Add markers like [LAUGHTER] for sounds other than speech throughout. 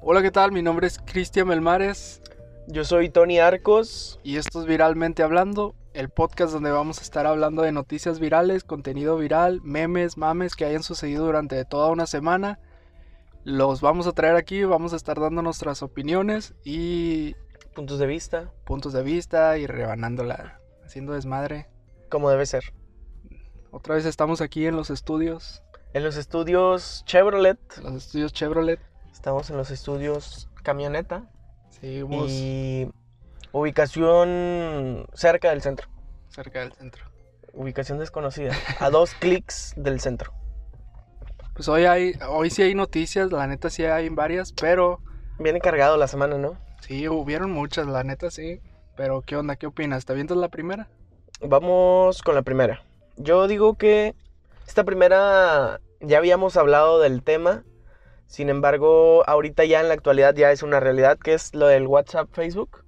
Hola, ¿qué tal? Mi nombre es Cristian Melmares Yo soy Tony Arcos. y esto es Viralmente Hablando, el podcast donde vamos a estar hablando de noticias virales, contenido viral, memes, mames que hayan sucedido durante toda una semana. Los vamos a traer aquí, vamos a estar dando nuestras opiniones y Puntos de vista, puntos de vista y rebanándola, haciendo desmadre. como debe ser. Otra vez estamos aquí en los estudios, En los estudios Chevrolet. los estudios Chevrolet. Estamos en los estudios Camioneta. Seguimos Y ubicación cerca del centro. cerca del centro. Ubicación desconocida. A dos [LAUGHS] clics del centro. Pues hoy hay, hoy sí hay noticias, la neta sí hay varias, pero Viene cargado la semana, ¿no? sí hubieron muchas, la neta sí. Pero qué onda, qué opinas, ¿te avientas la primera? Vamos con la primera. Yo digo que esta primera ya habíamos hablado del tema. Sin embargo, ahorita ya en la actualidad ya es una realidad que es lo del WhatsApp Facebook.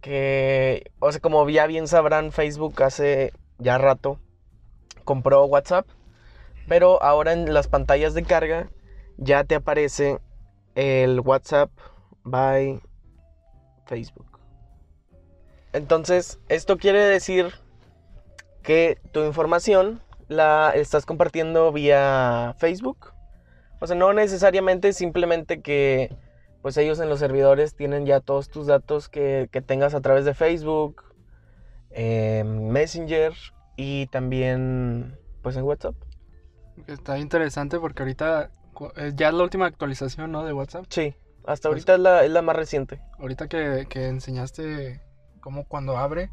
Que, o sea, como ya bien sabrán, Facebook hace ya rato compró WhatsApp. Pero ahora en las pantallas de carga ya te aparece el WhatsApp by Facebook. Entonces, esto quiere decir que tu información la estás compartiendo vía Facebook. O sea, no necesariamente, simplemente que pues ellos en los servidores tienen ya todos tus datos que, que tengas a través de Facebook, eh, Messenger y también pues en WhatsApp. Está interesante porque ahorita cu- eh, ya es la última actualización, ¿no? De WhatsApp. Sí, hasta Pues- ahorita es la, es la más reciente. Ahorita que, que enseñaste cómo cuando abre,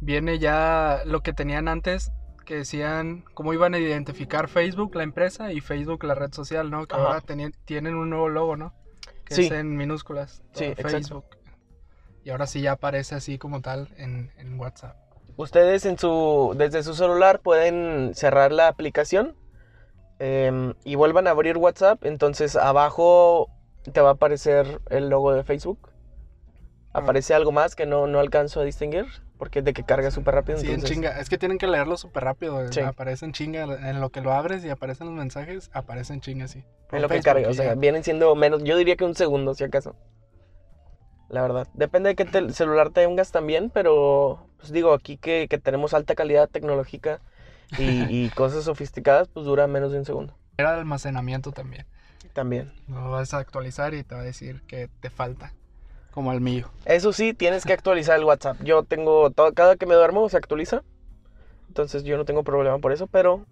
viene ya lo que tenían antes, que decían cómo iban a identificar Facebook, la empresa, y Facebook, la red social, ¿no? Que Ajá. ahora tenien- tienen un nuevo logo, ¿no? Que Sí. es en minúsculas. Sí, todo exacto. Facebook. Y ahora sí ya aparece así como tal en, en WhatsApp. Ustedes en su, desde su celular pueden cerrar la aplicación em, y vuelvan a abrir WhatsApp. Entonces abajo te va a aparecer el logo de Facebook. Ah. Aparece algo más que no, no alcanzo a distinguir porque es de que carga súper rápido. Sí, en entonces- chinga. Es que tienen que leerlo súper rápido. eh, Sí. Aparece en chinga. En lo que lo abres y aparecen los mensajes, aparece en chinga, sí. Es lo que Facebook carga, o y sea, ya. vienen siendo menos, yo diría que un segundo, si acaso. La verdad, depende de qué tel- celular tengas también, pero pues digo, aquí que, que tenemos alta calidad tecnológica [LAUGHS] y, y cosas sofisticadas, pues dura menos de un segundo Era de almacenamiento también. también. Lo vas a actualizar y te va a decir que te falta. Como al mío. Eso sí, tienes que actualizar el WhatsApp. Yo tengo, todo, cada que me duermo se actualiza, entonces yo no tengo problema por eso, pero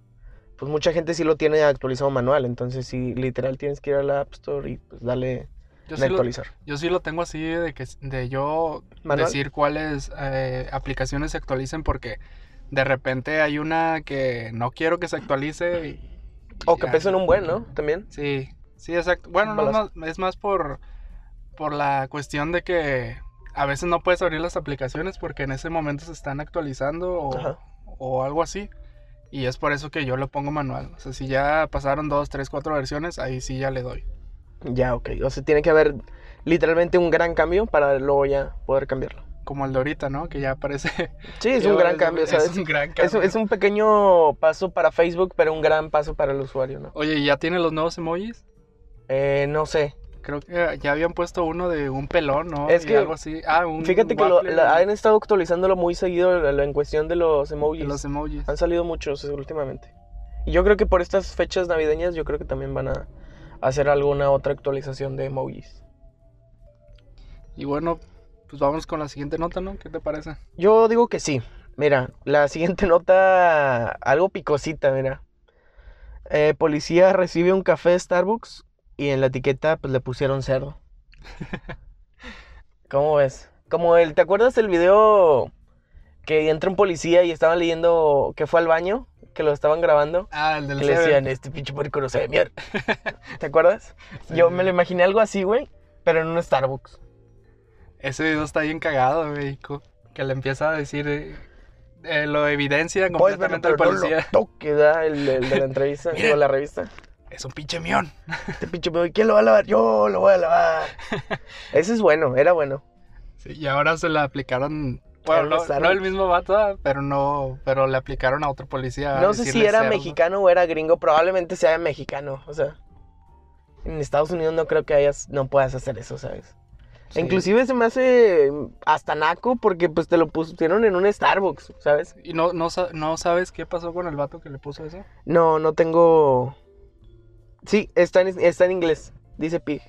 pues mucha gente sí lo tiene actualizado manual, entonces sí, literal tienes que ir a la App Store y pues darle Yo en sí, lo, actualizar. yo sí lo tengo así de que de yo Manual. decir cuáles eh, aplicaciones se actualicen porque de repente hay una que no quiero que se actualice. y- O y que ya. pesen un buen, ¿no? También. Sí, sí, exacto. Bueno, no es más, Balazo. es más por, por la cuestión de que a veces no puedes abrir las aplicaciones porque en ese momento se están actualizando o, Ajá. o algo así. Y es por eso que yo lo pongo manual. O sea, si ya pasaron dos, tres, cuatro versiones, ahí sí ya le doy. Ya, ok. O sea, tiene que haber literalmente un gran cambio para luego ya poder cambiarlo. Como el de ahorita, ¿no? Que ya aparece. [LAUGHS] Sí, [LAUGHS] es un gran cambio, o sea, Es es- un gran Es, cambio. es un pequeño paso para Facebook, pero un gran paso para el usuario, ¿no? Oye, ¿y ¿ya tiene los nuevos emojis? Eh, no sé. Creo que ya habían puesto uno de un pelón, ¿no? Es Y que- algo así. Ah, un Fíjate que lo- waffle la- y- han estado actualizándolo muy seguido la- la- en cuestión de los y emojis. los emojis. Han salido muchos últimamente. Y yo creo que por estas fechas navideñas, yo creo que también van a hacer alguna otra actualización de emojis. Y bueno, pues vamos con la siguiente nota, ¿no? ¿Qué te parece? Yo digo que sí. Mira, la siguiente [LAUGHS] nota, algo picosita, mira. Eh, policía recibe un café de Starbucks y en la etiqueta pues le pusieron cerdo. ¿Cómo ves? Como el, ¿te acuerdas del video que entra un policía y estaban leyendo que fue al baño, que lo estaban grabando? Ah, el del Que le decían, este pinche puerco no sabe mierda. ¿Te acuerdas? Yo me lo imaginé algo así, güey, pero en un Starbucks. Ese video está bien cagado, güey. co- Que le empieza a decir. eh, eh, lo evidencia Puedes verlo, completamente pero al no lo policía. [LAUGHS] toques, ¿verdad? el, el de la entrevista, Mira. digo, la revista. Es un pinche mión. Este pinche pedo, ¿y ¿quién lo va a lavar? Yo lo voy a [LAUGHS] lavar. Ese es bueno, era bueno. Sí, y ahora se la aplicaron. Bueno, Eran no, los árboles. no el mismo vato, ah, pero no. Pero le aplicaron a otro policía. a No sé si decirle era cerdo. mexicano o era gringo, probablemente sea mexicano, o sea. En Estados Unidos no creo que hayas, no puedas hacer eso, ¿sabes? Sí. Inclusive se me hace hasta naco porque pues te lo pusieron en un Starbucks, ¿sabes? ¿Y no, no, sa- no sabes qué pasó con el vato que le puso eso? No, no tengo... Sí, está en, está en inglés, dice Pig,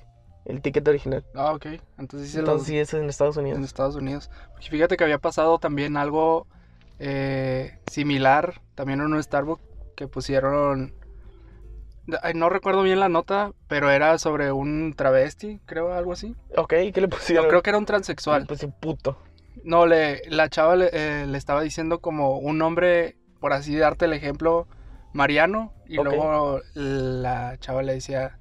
el ticket original. Ah, ok. Entonces sí se lo Entonces sí, eso es en Estados en Unidos. Estados Unidos. Porque fíjate que había pasado también algo eh, similar, también en un Starbucks que pusieron... Ay, no recuerdo bien la nota, pero era sobre un travesti, creo, algo así. Ok, ¿qué le pusieron? No, creo que era un transexual. Pues sí, puto. No, le, la chava le, eh, le estaba diciendo como un hombre, por así darte el ejemplo, Mariano, y Ok. luego la chava le decía,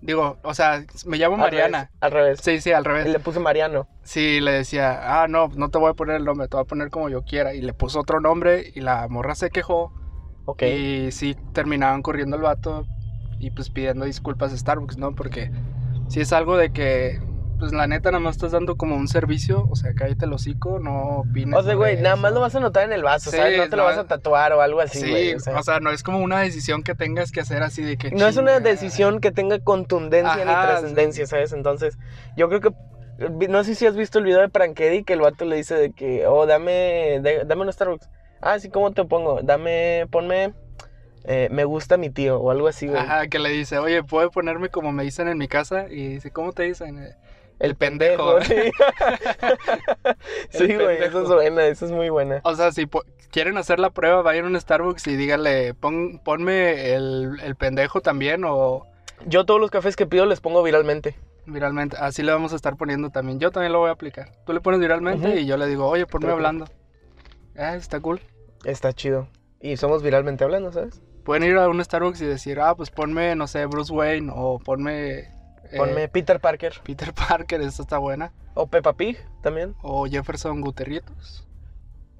digo, o sea, me llamo Al Mariana. revés, Al revés. Sí, sí, al revés. Le puse Mariano. Sí, le decía, ah, no, no te voy a poner el nombre, te voy a poner como yo quiera. Y le puso otro nombre y la morra se quejó. Ok. Y sí, terminaban corriendo al vato y pues pidiendo disculpas a Starbucks, ¿no? Porque si es algo de que, pues la neta, nada más estás dando como un servicio, o sea, cállate el hocico, no opines. O sea, güey, sobre nada eso. más lo vas a anotar en el vaso, Sí, ¿sabes? No te lo no- vas a tatuar o algo así, Sí, güey. o o, sea, sea, no es como una decisión que tengas que hacer así de que. no es una chinga. decisión que tenga contundencia Ajá, ni trascendencia, ¿sabes? Entonces, yo creo que. No sé si has visto el video de Prankedy que el vato le dice de que, oh, dame, de- dame un Starbucks. Ah, sí, ¿cómo te pongo? Dame, ponme, eh, me gusta mi tío o algo así, güey. Ajá, que le dice, oye, ¿puedo ponerme como me dicen en mi casa? Y dice, ¿cómo te dicen? Eh, el pendejo. [LAUGHS] Sí, Sí, El güey, pendejo. esa es buena, esa es muy buena. O sea, si po- quieren hacer la prueba, vayan a un Starbucks y díganle, pon- ponme el, el pendejo también o Yo todos los cafés que pido les pongo viralmente. viralmente. Así le vamos a estar poniendo también. Yo también lo voy a aplicar. Tú le pones viralmente Ujú. y yo le digo, oye, ponme Creo que- hablando. Ah, está cool. Está chido. Y somos viralmente hablando, ¿sabes? Pueden ir a un Starbucks y decir, ah, pues ponme, no sé, Bruce Wayne o ponme... eh, Ponme Peter Parker Peter [LAUGHS] Parker, esta está buena. o Peppa Pig también. O Jefferson Gutierritos.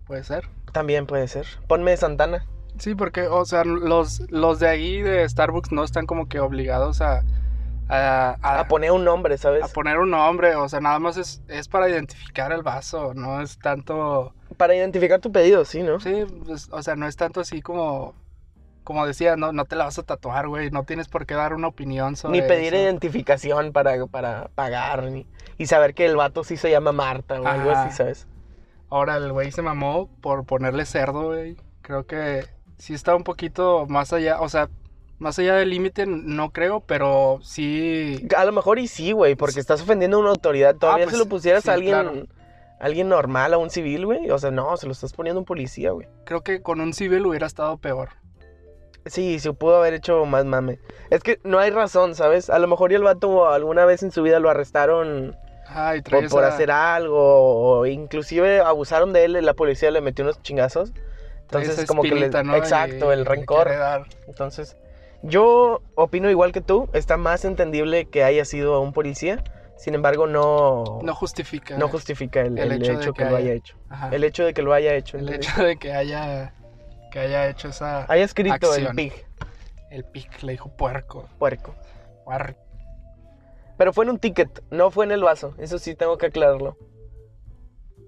Puede ser. También puede ser. Ponme Santana. Sí, porque, o sea, los, los de ahí de Starbucks no están como que obligados a... A, a- A poner un nombre, ¿sabes? Ah. a poner un nombre, o sea, nada más es, es para identificar el vaso, no es tanto, Para identificar tu pedido, sí, ¿no? sí, pues, o sea, no es tanto así como, como decía, no, no te la vas a tatuar, güey, no tienes por qué dar una opinión sobre Ni pedir eso. identificación para, para pagar. Ni, y saber que el vato sí se llama Marta o algo Ajá. así, ¿sabes? Ahora el güey se mamó por ponerle cerdo, güey, creo que sí está un poquito más allá, o sea, más allá del límite no creo, pero sí, A lo mejor y sí, güey, porque estás ofendiendo a una autoridad. Todavía pues, se lo pusieras sí, a alguien, claro. a alguien normal, a un civil, güey. O sea, no, se lo estás poniendo a un policía, güey. creo que con un civil hubiera estado peor. Sí, se pudo haber hecho más mame. Es que no hay razón, ¿sabes? A lo mejor y el vato alguna vez en su vida lo arrestaron Ay, por, traes por a- hacer algo, o inclusive abusaron de él, la policía le metió unos chingazos. traes Entonces, esa como que le- espinita, ¿no? Exacto, Y- y le el rencor. quiere dar. Entonces, yo opino igual que tú, está más entendible que haya sido un policía, sin embargo, no, No justifica. no justifica el, el el hecho hecho, de que que, lo haya- haya hecho. Ajá. El hecho de que lo haya hecho. El entonces, hecho de que haya que haya hecho esa Haya escrito Acción. el pig, el pic le dijo puerco. puerco. puer- Pero fue en un ticket, no fue en el vaso, eso sí tengo que aclararlo.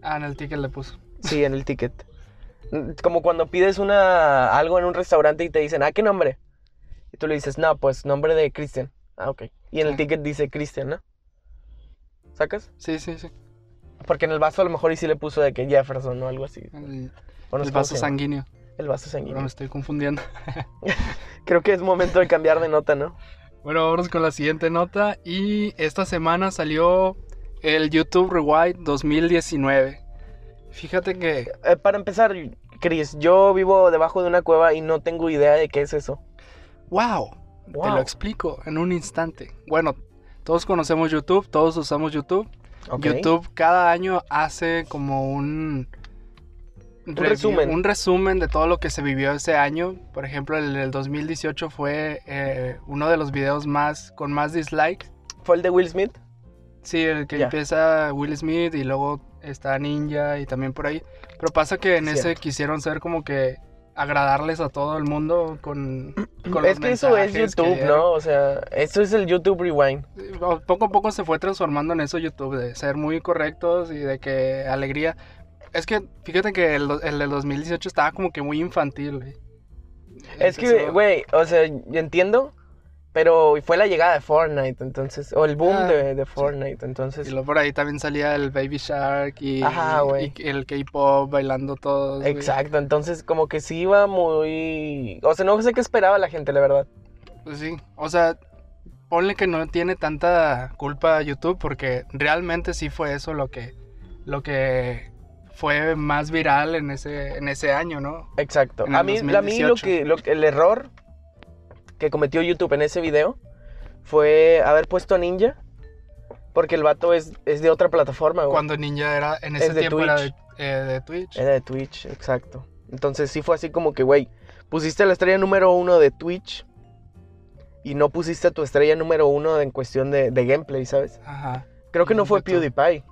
Ah, en el ticket le puso. Sí, en el ticket. [LAUGHS] Como cuando pides una algo en un restaurante y te dicen, ah, ¿qué nombre? Y tú le dices, no, pues nombre de Christian. Ah, ok. Y en Sí. el ticket dice Christian, ¿no? ¿Sacas? Sí, sí, sí. Porque en el vaso a lo mejor y sí le puso de que Jefferson o algo así. El, O no el sé cómo se vaso llama. sanguíneo. El vaso Ahora sanguíneo. me estoy confundiendo. [LAUGHS] Creo que es momento de cambiar de nota, ¿no? Bueno, vamos con la siguiente nota. Y esta semana salió el YouTube Rewind 2019. Fíjate que. Eh, para empezar, Chris, yo vivo debajo de una cueva y no tengo idea de qué es eso. ¡Wow! Te Wow. lo explico en un instante. Bueno, todos conocemos YouTube, todos usamos YouTube. Ok. YouTube cada año hace como un, review- resumen. un resumen de todo lo que se vivió ese año. Por ejemplo, el del 2018 fue eh, uno de los videos más con más dislikes. ¿Fue el de Will Smith? Sí, el que Ya. empieza Will Smith y luego está Ninja y también por ahí. Pero pasa que en ese Cierto. quisieron ser como que agradarles a todo el mundo con, con es los que eso es mensajes que YouTube, dieron. ¿no? O sea, eso es el YouTube Rewind. poco a poco se fue transformando en eso YouTube, de ser muy correctos y de que alegría. Es que fíjate que el, do- el del 2018 estaba como que muy infantil, güey. Es que, Empezó- güey, o sea, yo entiendo Pero fue la llegada de Fortnite, entonces, o el boom Ah, de, de Fortnite, entonces... Y luego por ahí también salía el Baby Shark y, Ajá, güey. y el K-pop bailando todos. güey. Exacto, entonces como que sí iba muy... O sea, no sé qué esperaba la gente, la verdad. Pues sí, o sea, ponle que no tiene tanta culpa YouTube porque realmente sí fue eso lo que, lo que fue más viral en ese, en ese año, ¿no? Exacto. En el A mí, a mí lo 2018. que, lo que- el error que cometió YouTube en ese video fue haber puesto a Ninja, porque el vato es, es de otra plataforma, güey. Cuando Ninja era, en ese Es de tiempo era de, eh, de Twitch. Era de Twitch, exacto. Entonces sí fue así como que, güey, pusiste a la estrella número uno de Twitch y no pusiste a tu estrella número uno en cuestión de, de gameplay, ¿sabes? Ajá. Creo que no fue Exacto. PewDiePie,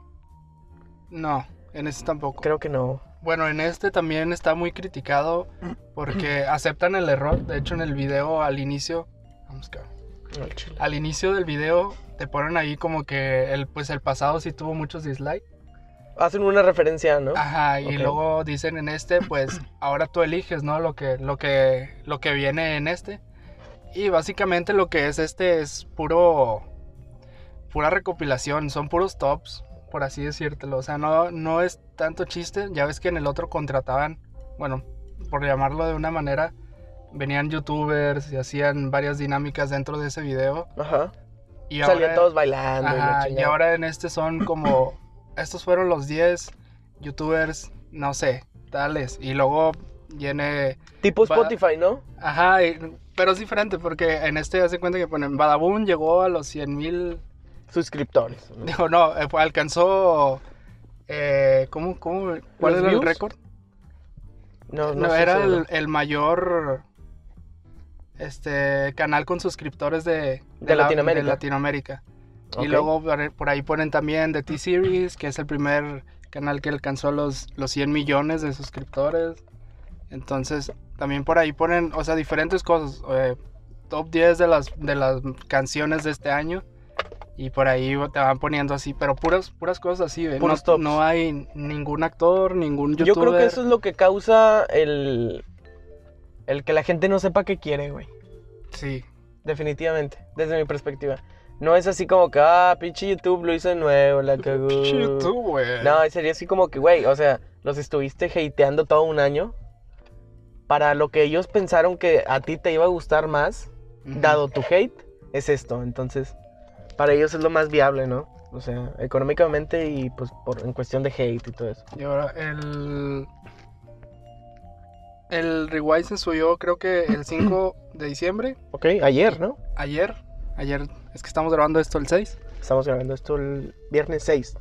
No, en ese tampoco. creo que no. Bueno, en este también está muy criticado [CLEARS THROAT] porque aceptan el error. De hecho, en el video al inicio, vamos cabrón. No, chile. al inicio del video te ponen ahí como que el, pues el pasado sí tuvo muchos dislikes. Hacen una referencia, ¿no? Ajá, y Ok. luego dicen en este, [CLEARS THROAT] pues ahora tú eliges, ¿no? Lo que, lo que, lo que viene en este. Y básicamente lo que es este es puro, pura recopilación, son puros tops, por así decírtelo. O sea, no, no es tanto chiste. Ya ves que en el otro contrataban, bueno, por llamarlo de una manera, venían youtubers y hacían varias dinámicas dentro de ese video. Ajá. Y Salían ahora- todos bailando. y la Ajá, y chingada. ahora en este son como. Estos fueron los 10 youtubers, no sé, tales. Y luego viene. Tipo va- Spotify, ¿no? Ajá, y- pero es diferente porque en este hace cuenta que ponen Badaboom llegó a los 100 mil. Suscriptores. Digo, no, eh, fue- alcanzó. eh, ¿cómo, cómo, ¿Cuál ¿Los era views? el récord? No, no, No, estoy era seguro. el, el mayor. Este canal con suscriptores de, De la- Latinoamérica. de Latinoamérica. Ok. Y luego por por ahí ponen también de T-Series, que es el primer canal que alcanzó los, los 100 millones de suscriptores. Entonces, también por ahí ponen, o sea, diferentes cosas. eh, top 10 de las, de las canciones de este año. Y por ahí te van poniendo así, pero puras, puras cosas así. eh, Puros no, tops. no hay ningún actor, ningún youtuber. Yo creo que eso es lo que causa el. El que la gente no sepa qué quiere, güey. Sí, Definitivamente, desde mi perspectiva. No es así como que, ah, pinche YouTube lo hizo de nuevo, la cagó. Pinche YouTube, güey. No, sería así como que, güey, o sea, los estuviste hateando todo un año para lo que ellos pensaron que a ti te iba a gustar más, Ujú. dado tu hate, es esto. Entonces, para ellos es lo más viable, ¿no? O sea, económicamente y pues por, en cuestión de hate y todo eso. Y ahora el. El Rewind se subió, creo que el [CLEARS THROAT] 5 de diciembre, Ok, ayer, ¿no? ayer. Ayer, es que estamos grabando esto el 6. Estamos grabando esto el viernes 6.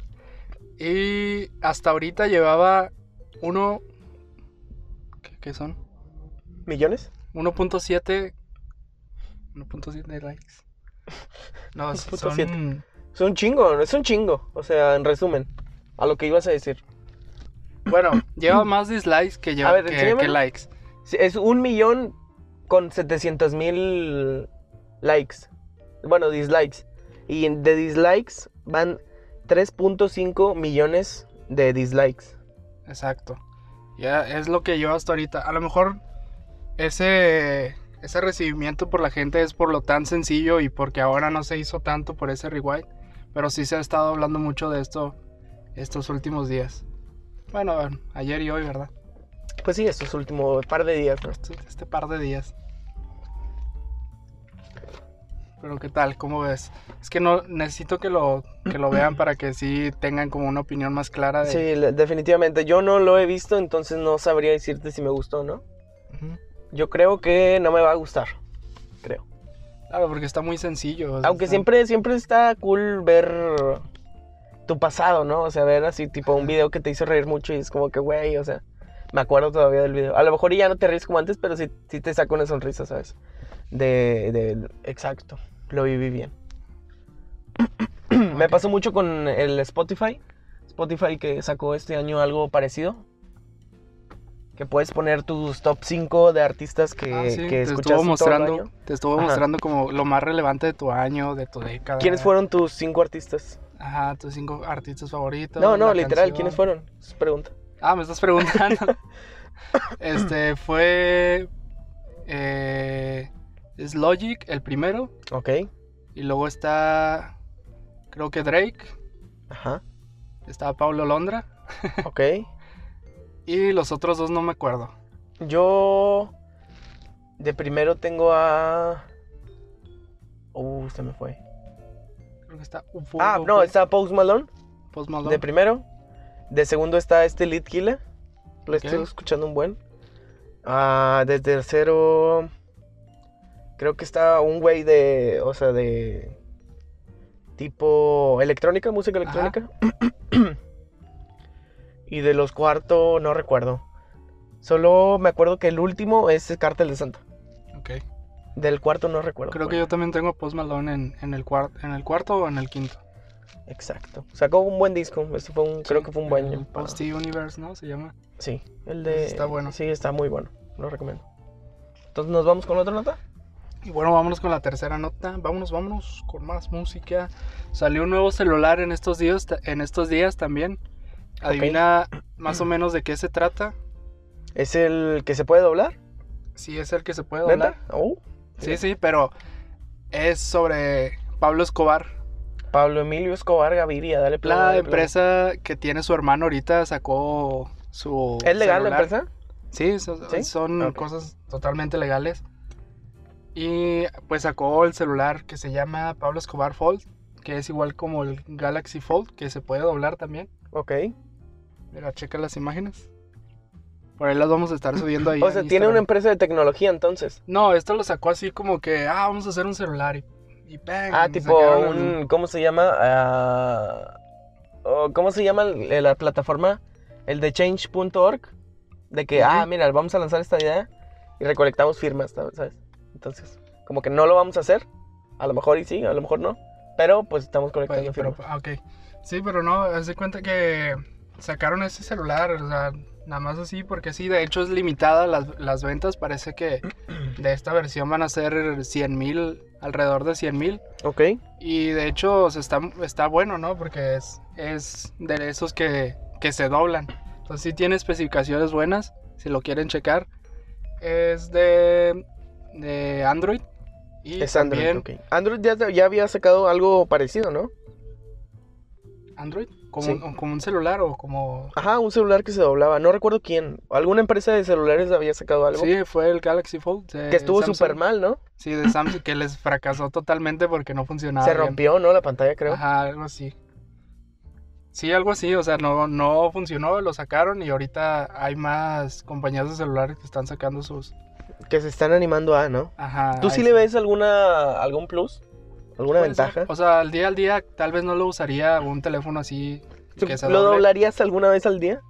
Y hasta ahorita llevaba uno. ¿Qué, qué son? ¿Millones? 1.7. 1.7 likes. [LAUGHS] No, son. 1.7. Es un chingo, es un chingo. O sea, en resumen, a lo que ibas a decir. Bueno, lleva más dislikes que, lleva- A ver, que- que, enséñamelo. likes. Sí, Es un millón con 700 mil likes. Bueno, dislikes. Y en- de dislikes van 3.5 millones de dislikes. Exacto. Ya es lo que yo hasta ahorita. A lo mejor ese, ese recibimiento por la gente es por lo tan sencillo y porque ahora no se hizo tanto por ese rewind. Pero sí se ha estado hablando mucho de esto estos últimos días. Bueno, ayer y hoy, ¿verdad? Pues sí, estos últimos par de días. ¿no? Este, este par de días. Pero qué tal, ¿cómo ves? Es que no necesito que lo, que lo vean para que sí tengan como una opinión más clara de... Sí, le- definitivamente. Yo no lo he visto, entonces no sabría decirte si me gustó o no. Ujú. Yo creo que no me va a gustar. Creo. Claro, porque está muy sencillo. o sea, Aunque está- siempre, siempre está cool ver tu pasado, ¿no? O sea, ver así tipo un Ajá. video que te hizo reír mucho y es como que, güey, o sea, me acuerdo todavía del video. A lo mejor y ya no te ríes como antes, pero sí, sí te saca una sonrisa, ¿sabes? De, de- exacto, lo viví bien. Me Ok. pasó mucho con el Spotify. Spotify que sacó este año algo parecido. Que puedes poner tus top 5 de artistas que, Ah, sí, que te escuchaste estuvo todo el mostrando, año. te estuvo Ajá. mostrando como lo más relevante de tu año, de tu década. ¿Quiénes fueron tus 5 artistas? Ajá, tus cinco artistas favoritos. No, no, la literal, canción. ¿quiénes fueron? Es pregunta. Ah, me estás [LAUGHS] preguntando. este fue eh, Es Logic, el primero. Ok. Y luego está, creo que Drake. Ajá. Está Pablo Londra. Ok. Y los otros dos no me acuerdo. Yo. De primero tengo a. Uh, se me fue. Creo que está Ah, no, está Post Malone. Post Malone. De primero. De segundo está este Lead Killer. Lo Ok. estoy escuchando un buen. Ah, de tercero. Creo que está un güey de. O sea, de. Tipo. Electrónica, música Ajá. electrónica. [CLEARS THROAT] y de los cuarto, no recuerdo. Solo me acuerdo que el último es el Cártel de Santa. Ok. Del cuarto no recuerdo. Creo que cuál. yo también tengo a Post Malone en, en el cuar- en el cuarto o en el quinto. Exacto. Sacó un buen disco. Este fue un, creo Sí, que fue un buen el año. para- Post Universe, ¿no? Se llama. Sí, el de. Está bueno. Sí, está muy bueno. Lo recomiendo. Entonces, ¿nos vamos con otra nota? Y bueno, vámonos con la tercera nota. Vámonos, vámonos con más música. Salió un nuevo celular en estos días, en estos días también. Adivina más o menos de qué se trata. ¿Es el que se puede doblar? Si es el que se puede ¿Neta? doblar. Oh, Sí, sí, pero es sobre Pablo Escobar. Pablo Emilio Escobar Gaviria, dale play, La dale play. empresa que tiene su hermano ahorita sacó su. ¿Es celular. legal la empresa? Sí, so- ¿Sí? Ah, son Ok. cosas totalmente legales. Y pues sacó el celular que se llama Pablo Escobar Fold, que es igual como el Galaxy Fold, que se puede doblar también. Ok. Mira, checa las imágenes. Por ahí las vamos a estar subiendo ahí. [LAUGHS] O en sea, tiene una Instagram. em- empresa de tecnología entonces. No, esto lo sacó así como que, ah, vamos a hacer un celular y, y bang, Ah, y tipo sacaron el- un. ¿Cómo se llama? Ah, oh, ¿Cómo se llama el- la plataforma? El de change.org. De que, Ujú. ah, mira, vamos a lanzar esta idea y recolectamos firmas, ¿sabes? Entonces, como que no lo vamos a hacer. A lo mejor y sí, a lo mejor no. Pero pues estamos Pues, colectando pero, firmas. ah, ok. Sí, pero no, haz de cuenta que sacaron ese celular, o sea, nada más así, porque sí, de hecho es limitada las, las ventas, parece que de esta versión van a ser 100 mil, alrededor de 100 mil, Ok, y de hecho se está, está bueno, ¿no? Porque es, es de esos que, que se doblan, entonces sí tiene especificaciones buenas, si lo quieren checar, es de, de Android, y es Android. también, ok. Android ya, ya había sacado algo parecido, ¿no? Android, como, Sí. un, como un celular o como... Ajá, un celular que se doblaba. No recuerdo quién. Alguna empresa de celulares había sacado algo. Sí, fue el Galaxy Fold. de que estuvo Samsung. súper mal, ¿no? Sí, de Samsung, que les fracasó totalmente porque no funcionaba. se Ah, bien. rompió, ¿no? La pantalla, creo. Ajá, algo así. Sí, algo así, o sea, no, no funcionó, lo sacaron y ahorita hay más compañías de celulares que están sacando sus. Que se están animando a, ¿no? Ajá. ¿Tú sí le ves alguna algún plus? ¿Alguna ventaja? O sea, al día al día tal vez no lo usaría un teléfono así ¿Tú que se ¿Lo doble. doblarías alguna vez al día?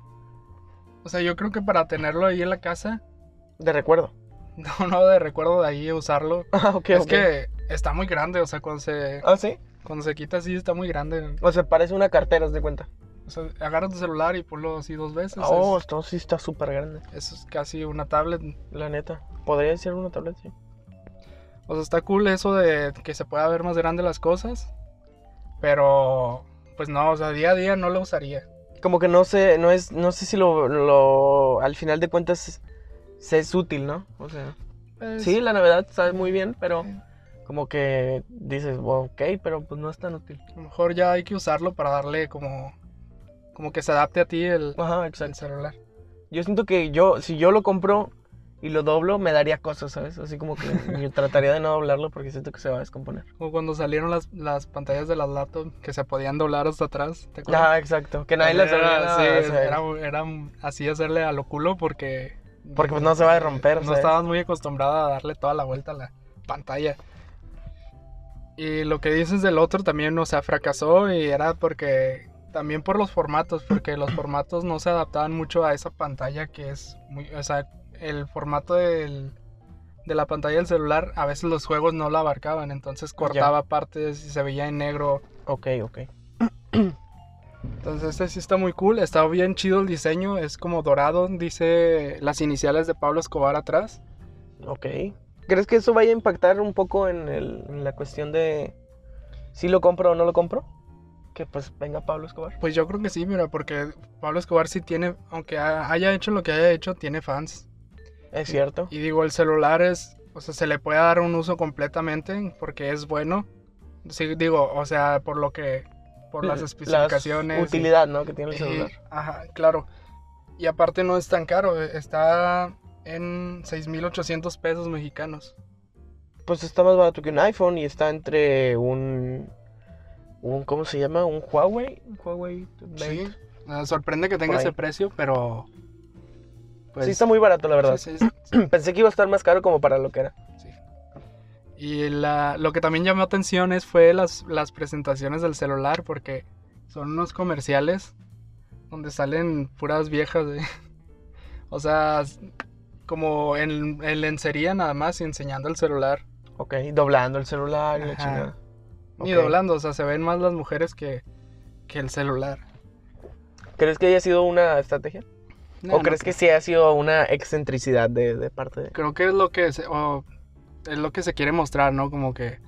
O sea, yo creo que para tenerlo ahí en la casa, [LAUGHS] De recuerdo. [LAUGHS] no, no de recuerdo de ahí usarlo. Ah, [LAUGHS] ok, es ok. que está muy grande, o sea, cuando se, Ah, sí. cuando se quita así está muy grande. O sea, parece una cartera, haz de cuenta. O sea, agarra tu celular y ponlo así dos veces. oh, es- esto sí está súper grande. Eso es casi una tablet. La neta. Podría ser una tableta, sí. O sea, está cool eso de que se pueda ver más grande las cosas. Pero, pues no, o sea, día a día no lo usaría. Como que no sé, no es, no sé si lo, lo al final de cuentas es, se es útil, ¿no? O sea. Pues, Sí, la novedad está muy bien, pero como que dices, "Wow, ok, pero pues no es tan útil. A lo mejor ya hay que usarlo para darle como. Como que se adapte a ti el, Ajá, el exacto. celular. Yo siento que yo, si yo lo compro y lo doblo, me daría cosas, ¿sabes? Así [LAUGHS] como que yo trataría de no doblarlo porque siento que se va a descomponer. Como cuando salieron las, las pantallas de las laptops que se podían doblar hasta atrás. ¿Te acuerdas? Ah, exacto. Que nadie las Era- dobla. sí, o sea, era- era así hacerle a lo culo porque. Porque pues no se va a romper, No ¿sabes? estabas muy acostumbrada a darle toda la vuelta a la pantalla. Y lo que dices del otro también, o sea, fracasó y era porque. También por los formatos, porque los formatos no se adaptaban mucho a esa pantalla que es muy. O sea, el formato del, de la pantalla del celular, a veces los juegos no la abarcaban, entonces cortaba partes y se veía en negro. Ok, ok. Entonces este sí está muy cool, está bien chido el diseño, es como dorado, dice las iniciales de Pablo Escobar atrás. Ok. ¿Crees que eso vaya a impactar un poco en, el- en la cuestión de si lo compro o no lo compro? Que pues venga Pablo Escobar. Pues yo creo que sí, mira, porque Pablo Escobar sí tiene, aunque ha- haya hecho lo que haya hecho, tiene fans. Es cierto. Y digo, el celular es, o sea, se le puede dar un uso completamente porque es bueno. Sí, digo, o sea, por lo que, por las especificaciones. La y- utilidad, ¿no? Que tiene el y- celular. ajá, claro. Y aparte no es tan caro, eh, está en 6.800 pesos mexicanos. Pues está más barato que un iPhone y está entre un. un ¿Cómo se llama? Un Huawei. Un Huawei. Sí. 20. Ah, Sorprende que tenga Por ahí. ese precio, pero... pues, sí, está muy barato, la verdad. sí, sí, Pensé que iba a estar más caro como para lo que era. Sí. Y la- lo que también llamó atención es fue las, las presentaciones del celular, porque son unos comerciales donde salen puras viejas. de- [LAUGHS] O sea, s- como en, en lencería nada más y enseñando el celular. Ok, doblando el celular y la Ajá. chingada. Ni Ok. doblando, o sea, se ven más las mujeres que, que el celular. ¿Crees que haya sido una estrategia? Eh, No, ¿O no crees que sí haya sido una excentricidad de, de parte de.? Creo que es lo que se, o es lo que se quiere mostrar, ¿no? Como que,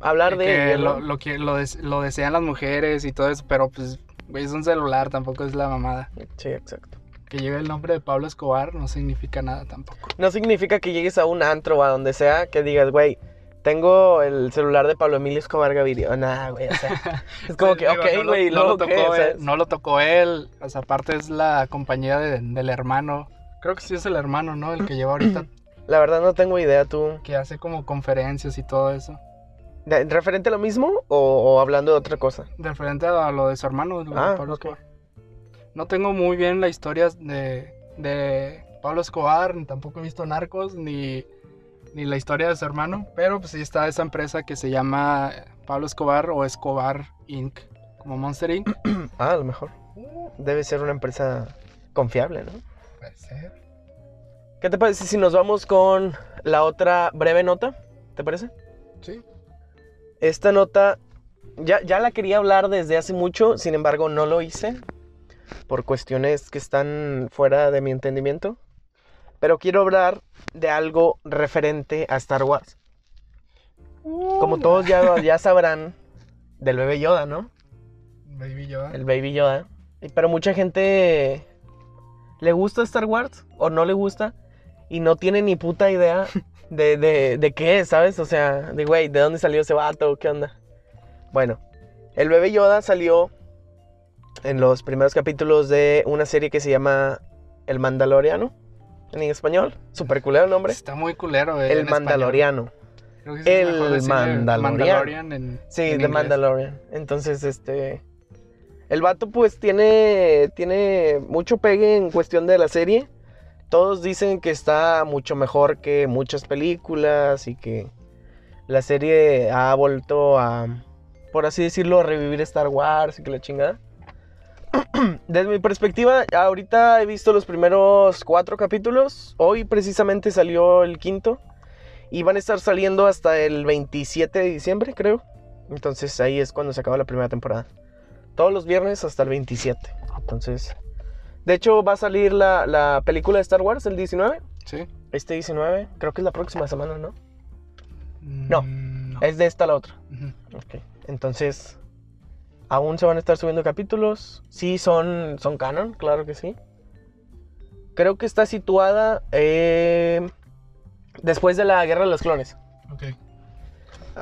Hablar de. que ella, lo, ¿no? lo que- lo des- lo desean las mujeres y todo eso, pero pues güey, es un celular, tampoco es la mamada. Sí, exacto. Que lleve el nombre de Pablo Escobar no significa nada tampoco. No significa que llegues a un antro o a donde sea que digas, güey, tengo el celular de Pablo Emilio Escobar Gaviria. Nada, güey, [LAUGHS] o sea. Es como que, Digo, no ok, lo- güey, no, luego lo qué, tocó o sea, él, no lo tocó él. O sea, aparte es la compañía de- del hermano. Creo que sí es el hermano, ¿no? El que lleva ahorita, [CLEARS THROAT] La verdad no tengo idea, tú. que hace como conferencias y todo eso. ¿De- ¿Referente a lo mismo o, o hablando de otra cosa? De frente a lo de su hermano, lo de Ah, Pablo ok. Escobar. No tengo muy bien la historia de, de Pablo Escobar, ni tampoco he visto Narcos, ni, ni la historia de su hermano, pero pues sí está esa empresa que se llama Pablo Escobar o Escobar Inc., como Monster Inc. Ah, a lo mejor. Uh. Debe ser una empresa confiable, ¿no? Puede ser. ¿Qué te parece si nos vamos con la otra breve nota? ¿Te parece? Sí. Esta nota ya, ya la quería hablar desde hace mucho, sin embargo no lo hice por cuestiones que están fuera de mi entendimiento. Pero quiero hablar de algo referente a Star Wars. Uh, Como todos ya, ya sabrán, del bebé Yoda, ¿no? Baby Yoda. El Baby Yoda. Y- Pero mucha gente le gusta Star Wars o no le gusta y no tiene ni puta [LAUGHS] idea de, de, de qué es, ¿sabes? O sea, de güey, ¿de dónde salió ese vato? ¿Qué onda? Bueno, el Bebé Yoda salió en los primeros capítulos de una serie que se llama El Mandaloriano, en español. Super culero el nombre. Pues Está muy culero. eh, en El español. Mandaloriano. Creo que sí es El mejor decirle Mandalorian. Mandalorian en- Sí, en The inglés. Mandalorian. Entonces, este. El vato, pues, tiene. Tiene mucho pegue en cuestión de la serie. Todos dicen que está mucho mejor que muchas películas y que la serie ha vuelto a. Por así decirlo, a revivir Star Wars y que la chingada. [CLEARS THROAT] Desde mi perspectiva, ahorita he visto los primeros cuatro capítulos. Hoy precisamente salió el quinto. Y van a estar saliendo hasta el 27 de diciembre, creo. Entonces ahí es cuando se acaba la primera temporada. Todos los viernes hasta el 27. Entonces. De hecho, va a salir la, la película de Star Wars el 19. Sí. Este 19, creo que es la próxima semana, ¿no? No. Mm, no. Es de esta a la otra. Ujú. Ok. Entonces. Aún se van a estar subiendo capítulos. Sí, son, son canon, claro que sí. Creo que está situada eh, después de la Guerra de los Clones. Ok.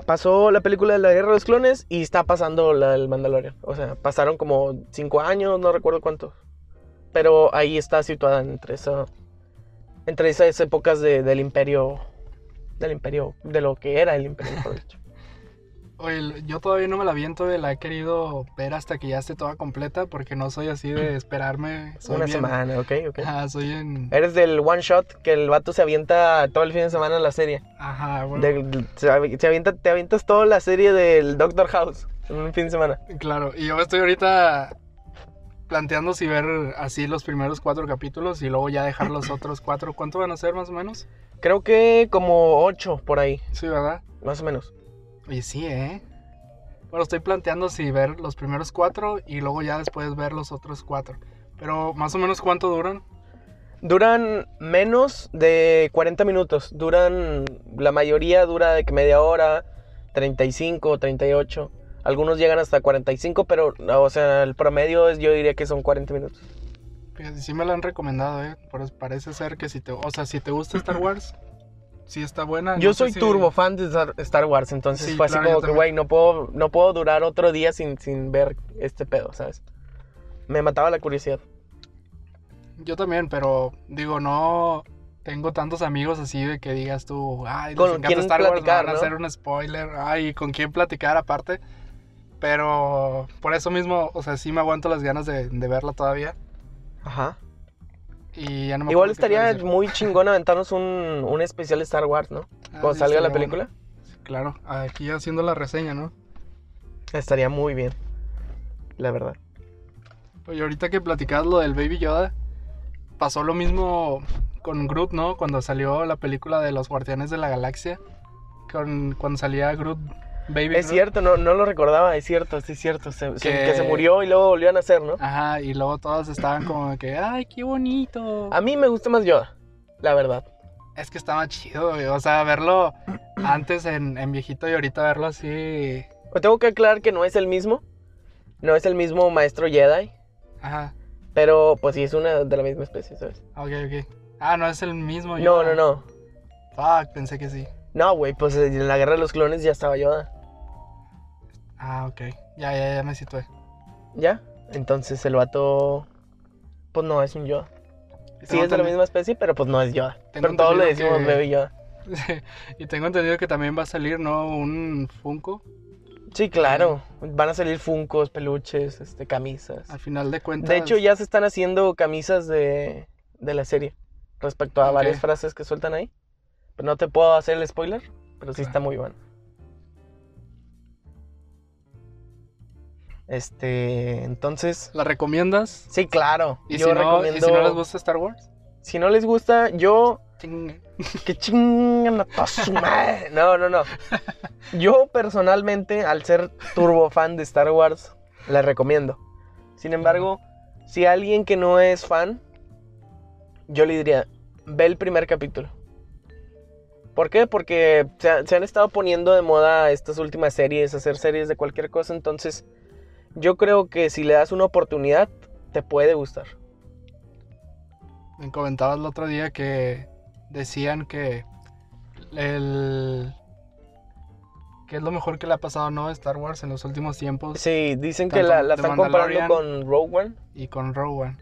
Pasó la película de la Guerra de los Clones y está pasando la del Mandalorian. O sea, pasaron como cinco años, no recuerdo cuántos. Pero ahí está situada entre esa, entre esas épocas de- del Imperio, del Imperio, de lo que era el Imperio, mejor dicho. Oye, el- yo todavía no me la viento, la he querido ver hasta que ya esté toda completa, porque no soy así de esperarme. [LAUGHS] Soy Mm. Una bien- semana, ok, ok. Eh, Ajá, soy en. Eres del one shot que el vato se avienta todo el fin de semana la serie. Ajá, bueno. Del- se avi- se avienta, te avientas toda la serie del Doctor House en un fin de semana. Claro, y yo estoy ahorita planteando si ver así los primeros cuatro capítulos y luego ya dejar [CLEARS THROAT] los otros cuatro. ¿Cuánto van a ser más o menos? Creo que como ocho por ahí, Sí, ¿verdad? más o menos. Oye, sí, ¿eh? Bueno, estoy planteando si ver los primeros cuatro y luego ya después ver los otros cuatro. Pero más o menos cuánto duran. Duran menos de 40 minutos. Duran. La mayoría dura de que media hora, 35, 38. Algunos llegan hasta 45, pero, o sea, el promedio es, yo diría que son 40 minutos. [CLEARS THROAT] Fíjate, Sí me lo han recomendado, ¿eh? Pero parece ser que si te... O sea, si te gusta Star Wars, sí está buena. Yo no sé soy si- turbo fan de Star- Star Wars, entonces Sí, fue así claro, yo como que, también. güey, no puedo, no puedo durar otro día sin, sin ver este pedo, ¿sabes? Me mataba la curiosidad. Yo también, pero digo, no tengo tantos amigos así de que digas tú, ay, les Con encanta quién Star Wars, me platicar, van a ¿no? hacer un spoiler, ay, con quién platicar aparte. Pero por eso mismo, o sea, sí me aguanto las ganas de, de verla todavía. Ajá. Y ya no me Igual acuerdo qué te iba a estaría decir. muy chingón aventarnos un, un especial Star Wars, ¿no? Ah, Cuando sí, salga la estaría bueno. película. Claro, aquí haciendo la reseña, ¿no? Estaría muy bien. La verdad. Oye, Pues, ahorita que platicabas lo del Baby Yoda, pasó lo mismo con Groot, ¿no? Cuando salió la película de los Guardianes de la Galaxia, con, cuando salía Groot, Baby Groot. Es cierto, no, no lo recordaba, es cierto, sí es cierto. se- se- Que- que se murió y luego volvió a nacer, ¿no? Ajá, y luego todas estaban como que, ay, qué bonito. A mí me gusta más Yoda, la verdad. Es que estaba chido, güey. O sea, verlo antes en, en viejito y ahorita verlo así. Pero Pues Tengo que aclarar que no es el mismo. No es el mismo maestro Jedi. Ajá, Pero pues sí es una de la misma especie, ¿sabes? ok, ok. Ah, no es el mismo. No, Yoda. no, no. Fuck, pensé que sí. No, güey, pues eh, en la guerra de los clones ya estaba Yoda. Ah, ok. Ya, ya, ya me situé. ¿Ya? Entonces el vato. Pues no, es un Yoda. Sí, Tengo es de la entendi- misma especie, pero pues no es Yoda. Tengo Pero todos le entendido decimos que- Baby Yoda. [LAUGHS] y tengo entendido que también va a salir, ¿no? Un Funko. Sí, claro. Van a salir funcos, peluches, este, camisas. Al final de cuentas. De hecho, ya se están haciendo camisas de, de la serie respecto a Ok. varias frases que sueltan ahí. Pero no te puedo hacer el spoiler, pero sí Claro. está muy bueno. Este, entonces, ¿La recomiendas? sí, claro. ¿Y, yo si no, y recomiendo. si no les gusta Star Wars? si no les gusta, yo. Chingue. Que chingan a toda su madre. No, no, no. Yo personalmente, al ser turbo fan de Star Wars, la recomiendo. Sin embargo, si alguien que no es fan, yo le diría, ve el primer capítulo. ¿Por qué? Porque se, ha- se han estado poniendo de moda estas últimas series, hacer series de cualquier cosa, entonces yo creo que si le das una oportunidad, te puede gustar. Me comentabas el otro día que decían que el que es lo mejor que le ha pasado no Star Wars en los últimos tiempos Sí, dicen que Tanto la, la The están comparando Mandalorian. con Rogue One. y con Rogue One.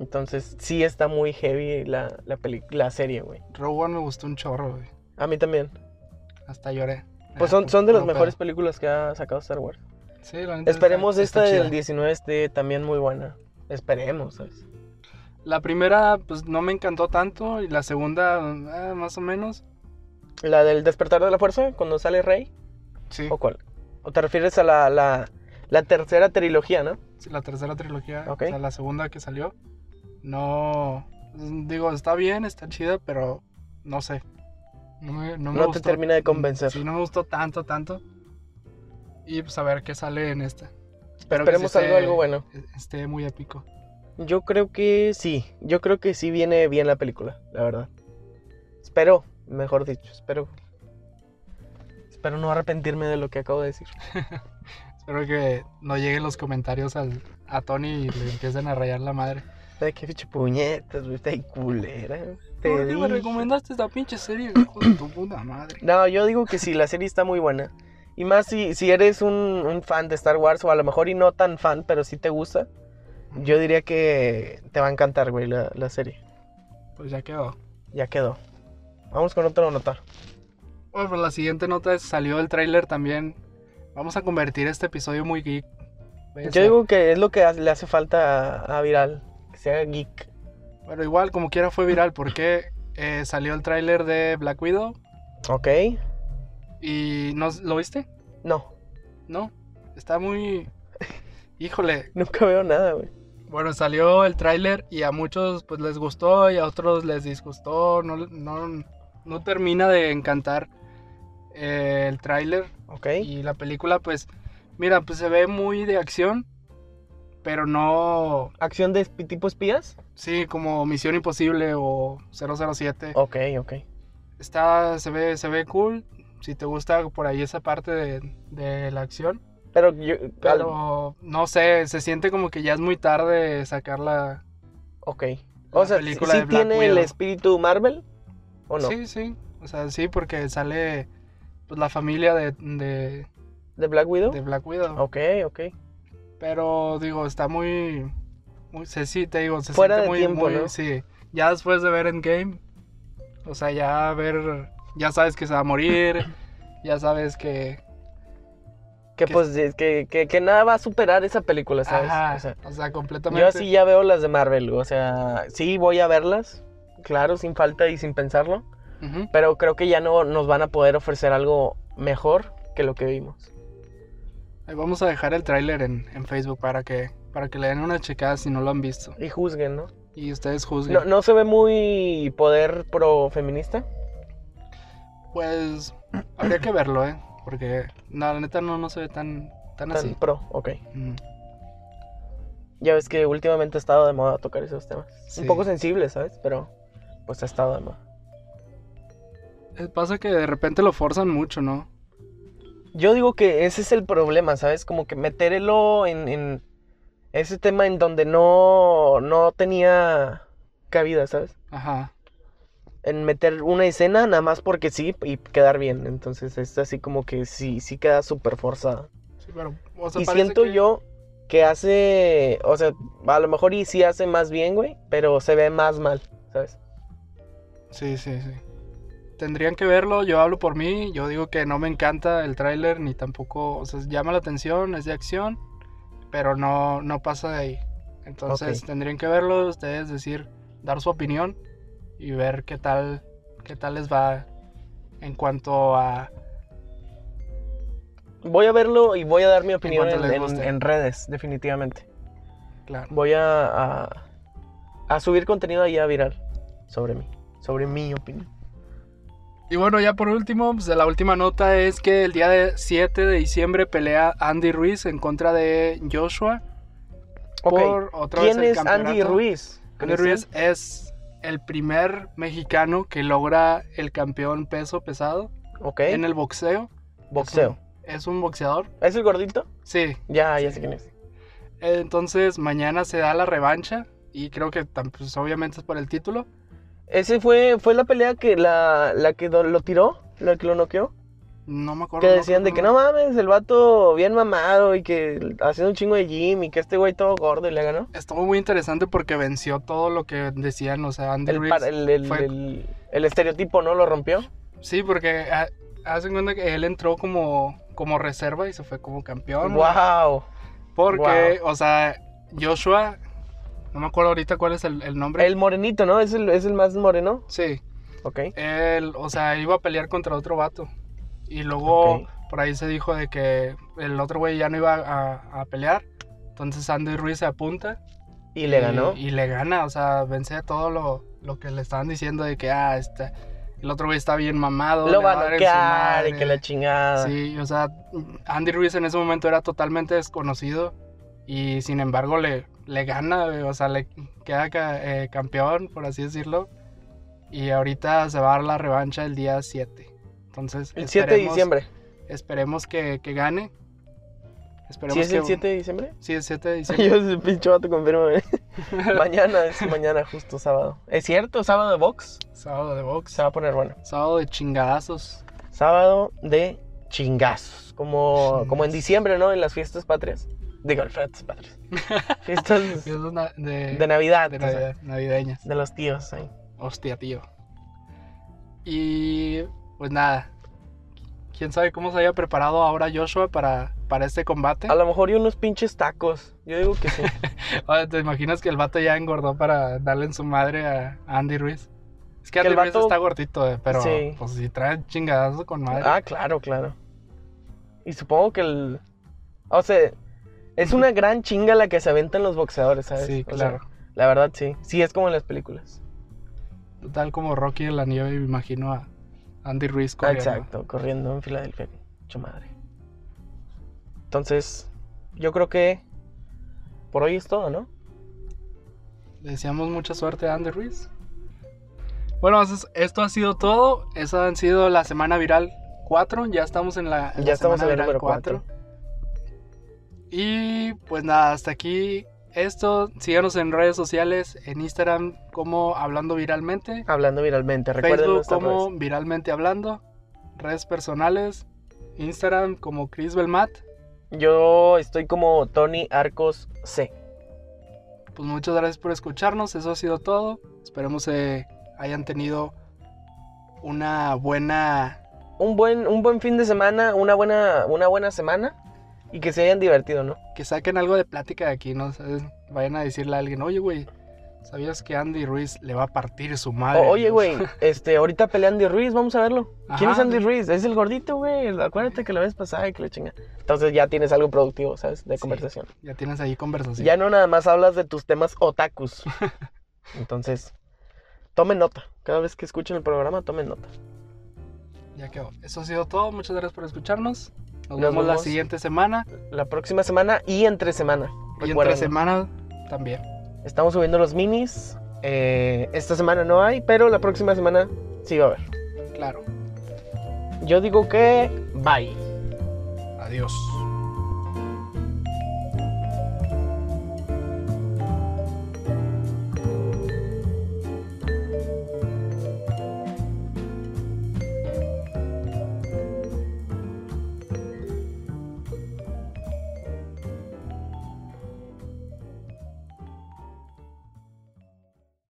Entonces, sí está muy heavy la, la, peli- la serie, güey. Rogue One me gustó un chorro, güey. A mí también. Hasta lloré. Pues Ah, son, son de las puro mejores pedo. películas que ha sacado Star Wars. Sí, la neta está- Esperemos está esta chida. del 19 esté también muy buena. Esperemos, ¿sabes? La primera pues no me encantó tanto y la segunda ah, más o menos. ¿La del despertar de la fuerza cuando sale Rey? Sí. ¿O cuál? ¿O te refieres a la, la, la tercera trilogía, no? Sí, la tercera trilogía, Ok. o sea, la segunda que salió, no, digo, está bien, está chida, pero no sé, no me, no me No te gustó. termina de convencer. Sí, no me gustó tanto, tanto. Y pues a ver qué sale en esta. Espero que sí Esperemos algo, esté- algo bueno. Esté muy épico. Yo creo que sí. Yo creo que sí viene bien la película, la verdad. Espero, mejor dicho, espero. Espero no arrepentirme de lo que acabo de decir. Espero que no lleguen los comentarios al, a Tony y le empiecen a rayar la madre. Ay, qué pinche puñetas, güey, está ahí culera. Te ¿Por qué me dije. recomendaste esta pinche serie, hijo de tu puta madre? No, yo digo que sí, la serie está muy buena. Y más si, si eres un, un fan de Star Wars, o a lo mejor y no tan fan, pero sí te gusta, yo diría que te va a encantar, güey, la, la serie. Pues ya quedó. Ya quedó. Vamos con otro notar. Bueno, pues la siguiente nota es, salió el tráiler también. Vamos a convertir este episodio muy geek. Vaya Yo sea. digo que es lo que hace- le hace falta a, a Viral, que sea geek. Pero igual, como quiera, fue viral porque eh, salió el tráiler de Black Widow ¿Ok? y ¿no, ¿lo viste? No, [LAUGHS] No, está muy... Híjole, nunca veo nada, güey. bueno, salió el tráiler y a muchos pues les gustó y a otros les disgustó. No, no, no termina de encantar eh, el tráiler. ¿Ok? Y la película pues, mira, pues se ve muy de acción, pero no, ¿Acción de esp- tipo espías? sí, como Misión Imposible o 007. Ok, ok. Está, se ve, se ve cool, si te gusta por ahí esa parte de, de la acción. Pero yo... al- Pero no sé, se siente como que ya es muy tarde sacarla. Ok. La O sea, película ¿sí de Black tiene el Widow. espíritu Marvel? ¿O no? Sí, sí, O sea, sí, porque sale pues, la familia de, de, ¿De Black Widow? de Black Widow. Ok, ok. Pero digo, está muy. muy se, sí, te digo, se Fuera siente de muy, tiempo, muy- ¿no? Sí. Ya después de ver Endgame, o sea, ya ver. Ya sabes que se va a morir. ya sabes que. Que Que- pues de- que, que, que nada va a superar esa película, ¿sabes? Ajá, O sea, completamente. yo así ya veo las de Marvel, o sea, sí voy a verlas, claro, sin falta y sin pensarlo, Ujú. pero creo que ya no nos van a poder ofrecer algo mejor que lo que vimos. Ahí vamos a dejar el tráiler en, en Facebook para que, para que le den una checada si no lo han visto. Y juzguen, ¿no? Y ustedes juzguen. No, no se ve muy poder pro feminista. Pues habría que verlo, ¿eh? Porque no, la neta no, no se ve tan, tan, Tan así. pro, ok. Mm. Ya ves que últimamente ha estado de moda tocar esos temas. Sí. Un poco sensible, ¿sabes? Pero pues ha estado de moda. Eh, Pasa que de repente lo forzan mucho, ¿no? Yo digo que ese es el problema, ¿sabes? Como que meterlo en, en ese tema en donde no, no tenía cabida, ¿sabes? Ajá. En meter una escena nada más porque sí y quedar bien. Entonces es así como que sí, sí queda súper forzada. Sí, pero, o sea, y parece siento que- yo que hace, o sea, a lo mejor y sí hace más bien, güey, pero se ve más mal, ¿sabes? Sí, sí, sí. Tendrían que verlo, yo hablo por mí, yo digo que no me encanta el tráiler ni tampoco, o sea, llama la atención, es de acción, pero no, no pasa de ahí. Entonces Ok. tendrían que verlo, ustedes decir, dar su opinión y ver qué tal, qué tal les va en cuanto a... Voy a verlo y voy a dar mi opinión cuanto en, les en- guste. en redes, definitivamente. Claro, Voy a, a, a subir contenido ahí a viral sobre mí, sobre mi opinión. Y bueno, ya por último, pues, la última nota es que el día de 7 de diciembre pelea Andy Ruiz en contra de Joshua Ok, por otra vez ¿quién el es Andy campeonato. Ruiz? Andy Ruiz es el primer mexicano que logra el campeón peso pesado Ok, en el boxeo. boxeo. Es un boxeador. ¿Es el gordito? Sí. Ya, ya Sí. sé quién es. Entonces mañana se da la revancha y creo que tam- pues, obviamente es por el título. ¿Ese fue, fue la pelea que la, la que do- lo tiró? ¿La que lo noqueó? No me acuerdo. Que no decían de que no recuerdo. mames, el vato bien mamado y que haciendo un chingo de gym y que este güey todo gordo y le ganó. Estuvo muy interesante porque venció todo lo que decían, o sea, Andy El, Ruiz. par- el, el- fue- el- el estereotipo, ¿no? Lo rompió. Sí, porque ah, hacen cuenta que él entró como, como reserva y se fue como campeón. ¡Wow! Porque, o sea, Joshua, no me acuerdo ahorita cuál es el, el nombre. El morenito, ¿no? Es el, es el más moreno. Sí. Ok. Él, o sea, iba a pelear contra otro vato. Y luego Ok. por ahí se dijo de que el otro güey ya no iba a, a pelear. Entonces Andy Ruiz se apunta. Y le ganó. Y, le gana, o sea, vence a todo lo, lo que le estaban diciendo de que, ah, este, el otro güey está bien mamado. Lo le va a dar en su noquear y madre". que la chingada. Sí, o sea, Andy Ruiz en ese momento era totalmente desconocido. Y sin embargo le, le gana, güey, o sea, le queda ca- eh, campeón, por así decirlo. Y ahorita se va a dar la revancha el día 7. Entonces, El 7 de esperemos- diciembre. Esperemos que, que gane. Esperemos ¿Sí es que- el 7 de diciembre? Sí, el [LAUGHS] 7 de diciembre. Yo ese pinche vato confirma. [LAUGHS] mañana, es mañana justo sábado. ¿Es cierto? ¿Sábado de box? Sábado de box. Se va a poner bueno. Sábado de chingadazos. Sábado de chingazos. Como, Chingazos. como en diciembre, ¿no? En las fiestas patrias. Digo, las fiestas [LAUGHS] patrias. Fiestas Es una- de, de Navidad. de o sea, Navidad- navideñas. de los tíos ahí. Hostia, tío. Y pues nada. Quién sabe cómo se haya preparado ahora Joshua para, para este combate. A lo mejor y unos pinches tacos. Yo digo [LAUGHS] que sí. Ahora, Ah, ¿Te imaginas que el vato ya engordó para darle en su madre a a Andy Ruiz? Es que Que Andy el Ruiz vato- está gordito, eh, pero Sí. pues si trae chingadazo con madre. Ah, claro, claro. Y supongo que el. O sea, [LAUGHS] es una gran chinga la que se aventan los boxeadores, ¿sabes? sí, O sea, claro. la verdad, sí. Sí, es como en las películas. Tal como Rocky en la nieve, me imagino a Andy Ruiz Ah, corriendo. Exacto, corriendo en Filadelfia. Mucha madre. Entonces, yo creo que. Por hoy es todo, ¿no? Le deseamos mucha suerte a Andy Ruiz. Bueno, entonces, esto ha sido todo. Esa han sido la semana viral 4. Ya estamos en la, en Ya la estamos semana en la número Y pues nada, hasta aquí esto. Síganos en redes sociales, en Instagram como Hablando Viralmente, Hablando viralmente, recuerden Facebook nuestras como redes. Viralmente Hablando, redes personales, Instagram como Chris Belmat. Yo estoy como Tony Arcos C. Pues muchas gracias por escucharnos, eso ha sido todo. Esperemos eh, hayan tenido una buena... Un buen, un buen fin de semana, una buena, una buena semana y que se hayan divertido, ¿no? que saquen algo de plática de aquí, ¿no? O sea, es- vayan a decirle a alguien, oye, güey, ¿sabías que Andy Ruiz le va a partir su madre? O- [LAUGHS] oye, güey, este, ahorita pelea Andy Ruiz, vamos a verlo. ¿Quién Ajá. es Andy Ruiz? Es el gordito, güey. Acuérdate que la vez pasada y que le chinga. Entonces ya tienes algo productivo, ¿sabes? De Sí. conversación. Ya tienes ahí conversación. Ya no nada más hablas de tus temas [LAUGHS] otakus. Entonces, tomen nota. Cada vez que escuchen el programa, tomen nota. Ya quedó. Eso ha sido todo. Muchas gracias por escucharnos. Nos, Nos vemos la vemos. siguiente semana. La próxima semana y entre semana. Y entre Recuérdenlo. semana también. Estamos subiendo los minis. Eh, esta semana no hay, pero la próxima semana sí va a haber. Claro. Yo digo que bye. Adiós.